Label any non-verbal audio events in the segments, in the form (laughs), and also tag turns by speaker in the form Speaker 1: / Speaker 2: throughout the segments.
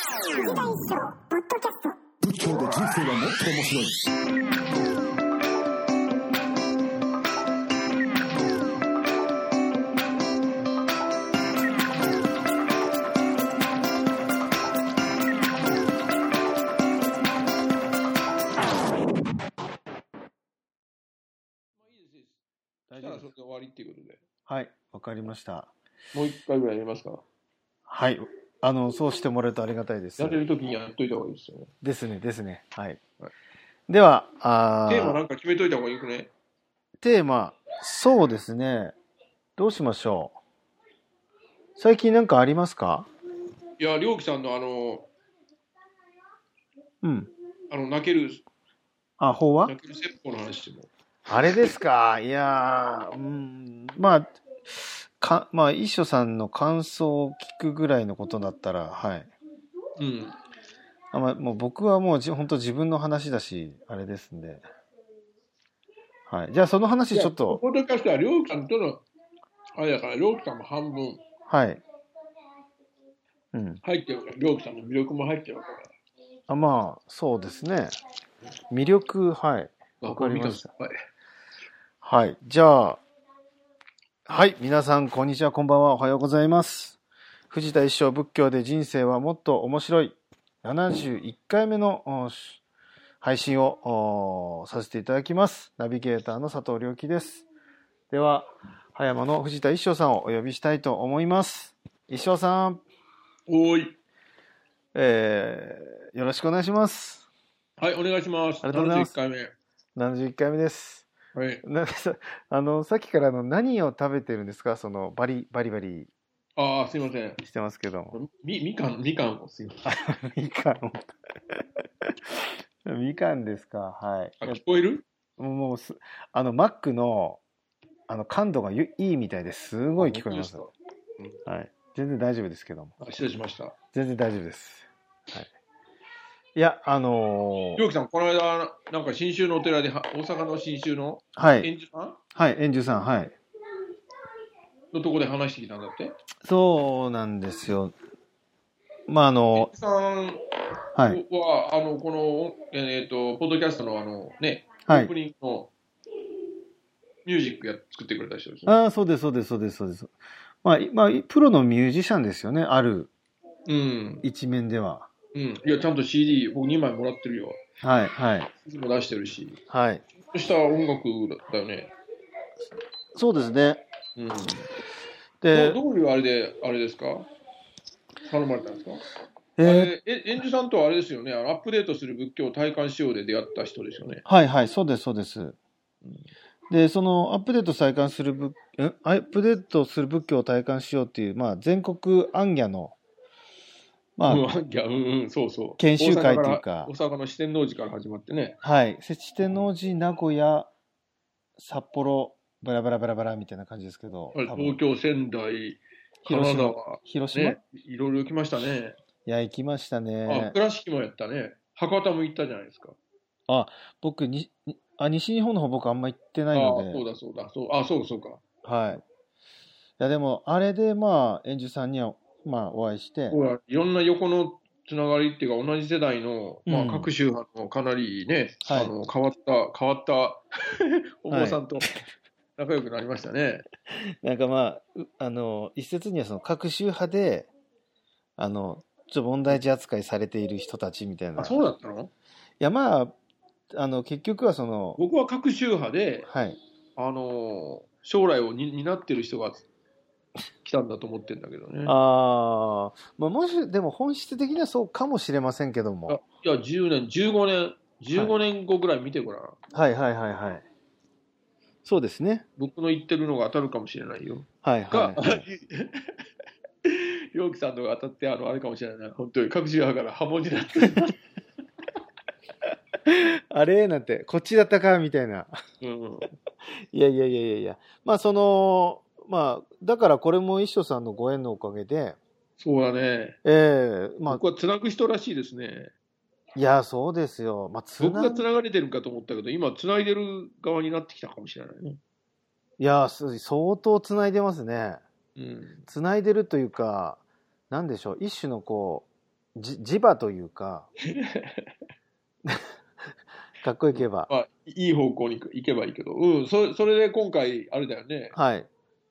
Speaker 1: 水大将ポッドキャスト
Speaker 2: 仏教で人生はもっと面白い。
Speaker 3: 大
Speaker 4: じ
Speaker 3: 丈
Speaker 4: ゃあ
Speaker 3: 夫
Speaker 4: そ
Speaker 3: で
Speaker 4: れ
Speaker 3: す
Speaker 4: で終わりっていうことで。
Speaker 3: はい、わかりました。
Speaker 4: もう一回ぐらいやりますか
Speaker 3: はい、あの、そうしてもらえるとありがたいです
Speaker 4: や。れるときにやっといた方がいいですよね。
Speaker 3: ですね、ですね。はい
Speaker 4: はい。
Speaker 3: では、あ
Speaker 4: テーマなんか決めといた方がいいくね。
Speaker 3: テーマ、そうですね。どうしましょう。最近なんかありますか
Speaker 4: いや、りょうきさんのあの、
Speaker 3: うん。
Speaker 4: あの、泣ける、
Speaker 3: あ、法は
Speaker 4: 泣ける説法の話しても。
Speaker 3: あれですか。いやー、うん、まあ、か、まあ、一緒さんの感想を聞くぐらいのことだったら、はい。
Speaker 4: うん。
Speaker 3: あまあ、もう僕はもうじ、本当自分の話だし、あれですんで。はい。じゃあ、その話ちょっと、
Speaker 4: ポッドキャストはりょうきさんとの、あれだから、りょうきさんも半分
Speaker 3: はい。うん。
Speaker 4: 入ってるから、りょうきさんの魅力も入ってるから。
Speaker 3: あまあ、そうですね。魅力、はい。わかりました
Speaker 4: これ見た
Speaker 3: はい。じゃあ、はい。皆さん、こんにちは、こんばんは、おはようございます。藤田一生仏教で人生はもっと面白い。71回目のおし配信をおさせていただきます。ナビゲーターの佐藤良樹です。では、葉山の藤田一生さんをお呼びしたいと思います。一生さん、
Speaker 4: おーい。
Speaker 3: えー、よろしくお願いします。
Speaker 4: はい、お願いします。
Speaker 3: ありがとうございます
Speaker 4: 71回目。
Speaker 3: 71回目です。 (laughs)
Speaker 4: はい。
Speaker 3: なんかさ、あの、さっきからあの何を食べてるんですかその、バリ、バリバリ
Speaker 4: ああ、すいません。
Speaker 3: してますけども。
Speaker 4: み、みかん、みかんをすいません。
Speaker 3: みかんを。 (laughs) みかんですかはい。
Speaker 4: あ、聞こえる
Speaker 3: もうす、あの、マックの、あの、感度がゆいいみたいです。すごい聞こえます。
Speaker 4: あ
Speaker 3: は
Speaker 4: 本
Speaker 3: い。全然大丈夫ですけども。
Speaker 4: 当ですかあ失礼しました。
Speaker 3: 全然大丈夫です。はい。いや、あの
Speaker 4: りょうきさん、この間、なんか新州のお寺で、は大阪の新州の
Speaker 3: ーはい。
Speaker 4: 演じさん
Speaker 3: はい、エンジュさん、はい。
Speaker 4: のとこで話してきたんだって。
Speaker 3: そうなんですよ。まあ、あの、
Speaker 4: さんは、
Speaker 3: はい。
Speaker 4: あのこの、えっ、と、ポッドキャストのあのね、
Speaker 3: はい
Speaker 4: オープニングのミュージックや作ってくれた人ですね。
Speaker 3: ああ、そうです、そうです、そうです、そうです。まあ、いまあ、いプロのミュージシャンですよね、ある
Speaker 4: うん。
Speaker 3: 一面では。
Speaker 4: うん。いや、ちゃんと CD、僕2枚もらってるよ。
Speaker 3: はい、はい、
Speaker 4: いつも出してるし。
Speaker 3: はい。
Speaker 4: そうした音楽だよね。
Speaker 3: そうですね。
Speaker 4: うん。
Speaker 3: で
Speaker 4: ど、どういうあれで、あれですか頼まれたんですか
Speaker 3: え
Speaker 4: あ
Speaker 3: ー
Speaker 4: れえ、演じさんとはあれですよね、あのアップデートする仏教体感仕様で出会った人ですよね。
Speaker 3: はい、はい、そうです、そうです。で、そのアップデート再開する仏、んアップデートする仏教を体感しようっていう、まあ、全国アンギャの、まあ、
Speaker 4: うん、いや、うんうん、そうそう。
Speaker 3: 研修会というか
Speaker 4: 大阪ら大阪の四天王寺から始まってね。
Speaker 3: はい、設置天王寺、名古屋、札幌、バラバラバラバラみたいな感じですけど、
Speaker 4: あれ
Speaker 3: 多分
Speaker 4: 東京、仙台、
Speaker 3: 広島
Speaker 4: 金沢、
Speaker 3: 広島、
Speaker 4: ね、いろいろ来ましたね。
Speaker 3: いや、行きましたね
Speaker 4: あ、。倉敷もやったね。博多も行ったじゃないですか。
Speaker 3: 僕ににあ西日本の方僕あんま行って
Speaker 4: あ
Speaker 3: ないの
Speaker 4: あ、そう
Speaker 3: で
Speaker 4: だそうだ。そうあ、そうかそうか。
Speaker 3: はいいやでもあれでまあ円寿さんにはまあお会いして
Speaker 4: ほらいろんな横のつながりっていうか、同じ世代の、ま
Speaker 3: う
Speaker 4: あ、
Speaker 3: ん
Speaker 4: 各宗派のかなりね、
Speaker 3: はい
Speaker 4: あの変わった、変わった
Speaker 3: (laughs)
Speaker 4: お坊さんと仲良くなりましたね。
Speaker 3: なんかまあうあの一説にはその各宗派であのちょっと問題児扱いされている人たちみたいな
Speaker 4: あ、そうだ
Speaker 3: い
Speaker 4: ったの
Speaker 3: やまああの結局はその
Speaker 4: 僕は各宗派で、
Speaker 3: はい
Speaker 4: あのー将来をに担ってる人が来たんだと思ってんだけどね。
Speaker 3: あー、まあもしでも本質的にはそうかもしれませんけども
Speaker 4: いや、10年、15年、15年後ぐらい見てごらん。
Speaker 3: はいはいはいはいそうですね
Speaker 4: 僕の言ってるのが当たるかもしれないよ。
Speaker 3: はい
Speaker 4: が、
Speaker 3: はい、はい、
Speaker 4: 陽気さんのが当たって、あの、あれかもしれない。本当に、各自派から波紋になってる。
Speaker 3: (laughs) あれなんてこっちだったかみたいな
Speaker 4: うん。
Speaker 3: いやいやいやいやいや。まあその、まあ、だからこれも一緒さんのご縁のおかげで、
Speaker 4: そうだね。
Speaker 3: ええまあ
Speaker 4: 僕、はつなぐ人らしいですね。
Speaker 3: いや、そうですよ。まあ、つ
Speaker 4: 僕
Speaker 3: な
Speaker 4: がつながれてるかと思ったけど、今、つないでる側になってきたかもしれないね。
Speaker 3: いや、す相当つないでますね。
Speaker 4: うん。
Speaker 3: つないでるというか、なんでしょう、一種のこう、じ磁場という
Speaker 4: (laughs)
Speaker 3: かかっこいいけば
Speaker 4: まあ、いい方向に行けばいいけど、うん、そそれで今回、あれだよね、
Speaker 3: はい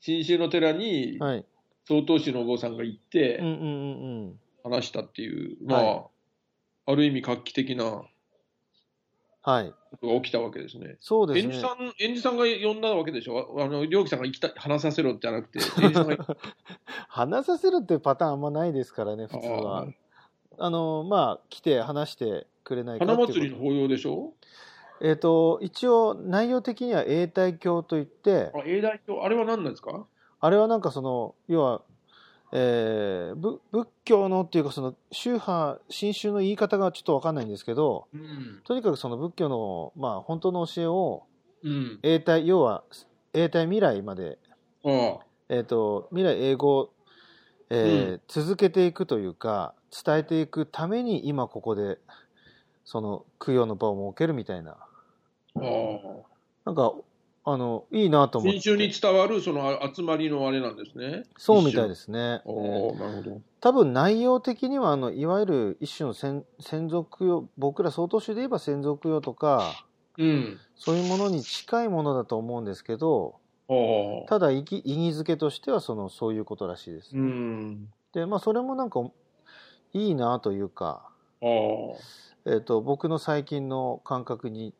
Speaker 4: 新州の寺に
Speaker 3: はい
Speaker 4: 曹洞宗のお坊さんが行っ
Speaker 3: うんう
Speaker 4: て
Speaker 3: んうんうん
Speaker 4: 話したっていう、まあ、
Speaker 3: は
Speaker 4: ある意味画期的なこ
Speaker 3: はい
Speaker 4: とが起きたわけですね。
Speaker 3: そうです
Speaker 4: 園児
Speaker 3: ね
Speaker 4: さん、園児さんが呼んだわけでしょああの、りょうきさんが行きた話させろじゃなくて、園児さんが
Speaker 3: 話させるっていうパターンあんまないですからね普通は
Speaker 4: あ
Speaker 3: あのまあ来て話してくれないかって
Speaker 4: 花
Speaker 3: いうこと
Speaker 4: 祭りの法要でしょ
Speaker 3: えっ、と一応内容的には永代教といって
Speaker 4: あ、永代表、あれは何なんですか
Speaker 3: あれはなんかその要は、えーぶ仏教のっていうかその宗派新宗の言い方がちょっとわかんないんですけど
Speaker 4: うん。
Speaker 3: とにかくその仏教の、まあ、本当の教えを
Speaker 4: うん。
Speaker 3: 永代要は永代未来まで、
Speaker 4: ああ。
Speaker 3: えー、と未来英語、えー
Speaker 4: う
Speaker 3: 続けていくというか伝えていくために今ここでその供養の場を設けるみたいな
Speaker 4: ああ。
Speaker 3: なんかあのいいなと思っ
Speaker 4: 新
Speaker 3: て
Speaker 4: 州に伝わるそのあ集まりのあれなんですね。。
Speaker 3: そうみたいですすね。
Speaker 4: おお、なるほど。
Speaker 3: 多分内容的にはあのいわゆる一種の先先祖供養僕ら曹洞宗で言えば先祖供養とか
Speaker 4: うん。
Speaker 3: そういうものに近いものだと思うんですけど
Speaker 4: おあ。
Speaker 3: ただ意義意義づけとしてはそのそういうことらしいです。
Speaker 4: うん。
Speaker 3: でまあそれもなんかいいなというか、
Speaker 4: ああ。
Speaker 3: えー、と僕の最近の感覚に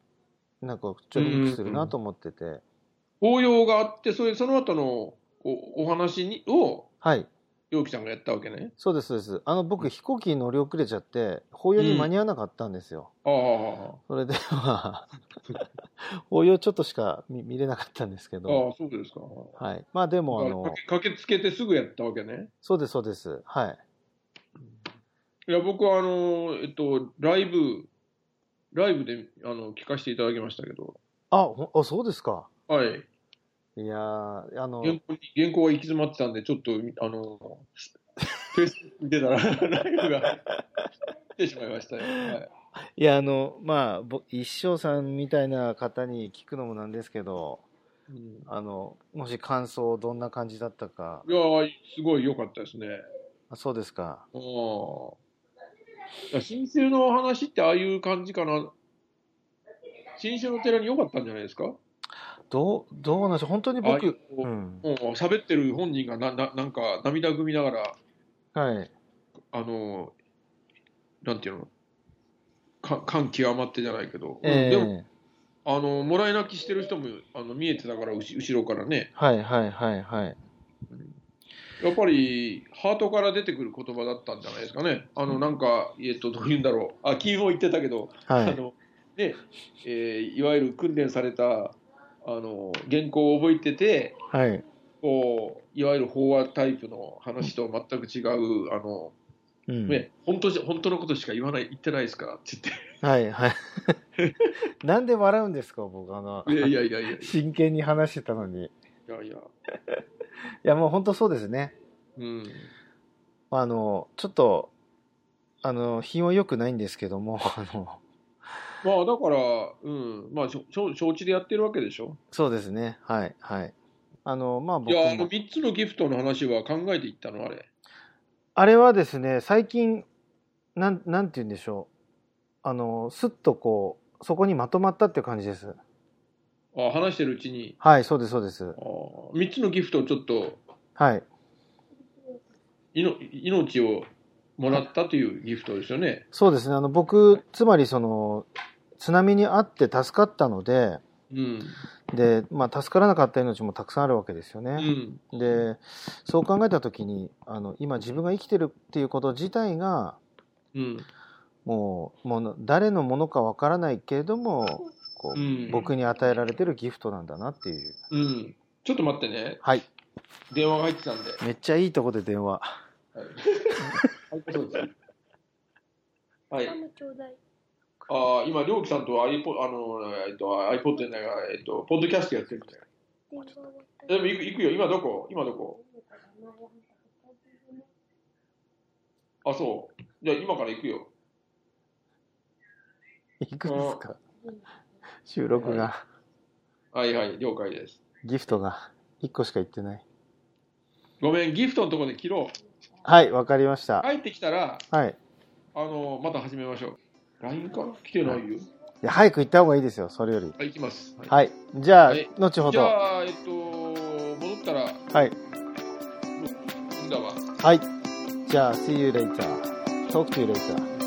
Speaker 3: なんかちょっとリンクするなと思ってて、
Speaker 4: 法要があって、それその後のおお話にを、
Speaker 3: はい
Speaker 4: 陽気ちゃんがやったわけね。
Speaker 3: そうですそうですあの僕飛行機に乗り遅れちゃって法要に間に合わなかったんですよ。
Speaker 4: ああ。
Speaker 3: それでま (laughs) あ法要ちょっとしか見見れなかったんですけど。
Speaker 4: ああ、そうですか。
Speaker 3: はい、まあでもあの
Speaker 4: 駆け駆けつけてすぐやったわけね。
Speaker 3: そうですそうですはい
Speaker 4: いや、僕は、あの、えっと、ライブ、ライブであの聞かせていただきましたけど、
Speaker 3: あほあそうですか
Speaker 4: はい。
Speaker 3: いやーあの
Speaker 4: 原稿に原稿が行き詰まってたんで、ちょっと、あの、フェイス見てたら、 (laughs) ライブが来てしまいましたよ。はい
Speaker 3: いやあのまあぼ一生さんみたいな方に聞くのもなんですけど
Speaker 4: うん
Speaker 3: あのもし感想どんな感じだったか
Speaker 4: いやー、すごい良かったですね。
Speaker 3: あそうですか
Speaker 4: あーいや新州の話ってああいう感じかな。新州の寺に良かったんじゃないですか
Speaker 3: どうどうなんでしょう本当に
Speaker 4: ああいう
Speaker 3: 僕、
Speaker 4: こう
Speaker 3: うん、
Speaker 4: もう喋ってる本人がなななんか涙ぐみながら、
Speaker 3: はい
Speaker 4: あのなんていうの、か感極まってじゃないけど、うん
Speaker 3: え
Speaker 4: で
Speaker 3: え
Speaker 4: もあのもらい泣きしてる人もあの見えてたから、うし後ろからね、
Speaker 3: はいはいはいはい
Speaker 4: やっぱりハートから出てくる言葉だったんじゃないですかね、あのなんか、えっと、どういうんだろう、あキーも言ってたけど、
Speaker 3: は
Speaker 4: あ
Speaker 3: い
Speaker 4: のねえーいわゆる訓練されたあの原稿を覚えてて、
Speaker 3: はい
Speaker 4: こういわゆる法話タイプの話と全く違う、あの
Speaker 3: うん
Speaker 4: ね、本当じ本当のことしか言わない言ってないですからって
Speaker 3: (laughs) はいはいなんで笑うんですか僕あの
Speaker 4: 言って、いやいやいやい
Speaker 3: 真剣に話してたのにい
Speaker 4: や、いやいや、
Speaker 3: やもう本当そうですね
Speaker 4: うん、
Speaker 3: あの、ちょっと、あの、品は良くないんですけども、 (laughs) あの、
Speaker 4: まあだから、うん、まあしょしょ承知でやってるわけでしょ。
Speaker 3: そうですね。はい、はい。あの、まあ
Speaker 4: い
Speaker 3: 僕
Speaker 4: や、あの
Speaker 3: も。
Speaker 4: 3つのギフトの話は考えていったの、あれ。
Speaker 3: あれはですね、最近、なん、なんて言うんでしょう。あの、すっとこう、そこにまとまったっていう感じです。
Speaker 4: あ話してるうちに
Speaker 3: はい、そうです、そうです
Speaker 4: あ。3つのギフトをちょっと
Speaker 3: はい。
Speaker 4: いの命をもらったというギフトですよね。
Speaker 3: そうですね。あの、僕、つまりその、津波にあって助かったので、
Speaker 4: うん。
Speaker 3: で、まあ、助からなかった命もたくさんあるわけですよね。
Speaker 4: うん。
Speaker 3: でそう考えた時にあの今自分が生きてるっていうこと自体が
Speaker 4: うん。
Speaker 3: もうもう誰のものかわからないけれどもこう、
Speaker 4: うん
Speaker 3: 僕に与えられてるギフトなんだなっていう
Speaker 4: うん。ちょっと待ってね。
Speaker 3: はい
Speaker 4: 電話が入ってたんで。
Speaker 3: めっちゃいいとこで電話 (laughs)
Speaker 4: はい。はい、そうです。はい。
Speaker 1: ムちょうだい。
Speaker 4: ああ、今、りょうきさんと iPod、あの、えっと、iPod じゃないが、えっと、ポッドキャストやってるみたい
Speaker 1: 電話終わった
Speaker 4: な。でも、行く行くよ。今どこ今どこあ、そう。じゃあ、今から行くよ。
Speaker 3: いくんですか収録が、
Speaker 4: はいはい、了解です。
Speaker 3: ギフトが1個しか言ってない
Speaker 4: ごめん、ギフトのところで切ろう。
Speaker 3: はいわかりました
Speaker 4: 帰ってきたら、
Speaker 3: はい
Speaker 4: あの、また始めましょう。LINE か来てないよ。
Speaker 3: いや早く行った方がいいですよ、それより。
Speaker 4: あ、行きます。はい
Speaker 3: はい。じゃあ、
Speaker 4: はい
Speaker 3: 後ほ
Speaker 4: じ
Speaker 3: ど。は
Speaker 4: ゃあ、えっと、戻ったら、
Speaker 3: い。
Speaker 4: だわ。
Speaker 3: はい。じゃあ、see you later. Talk to you later.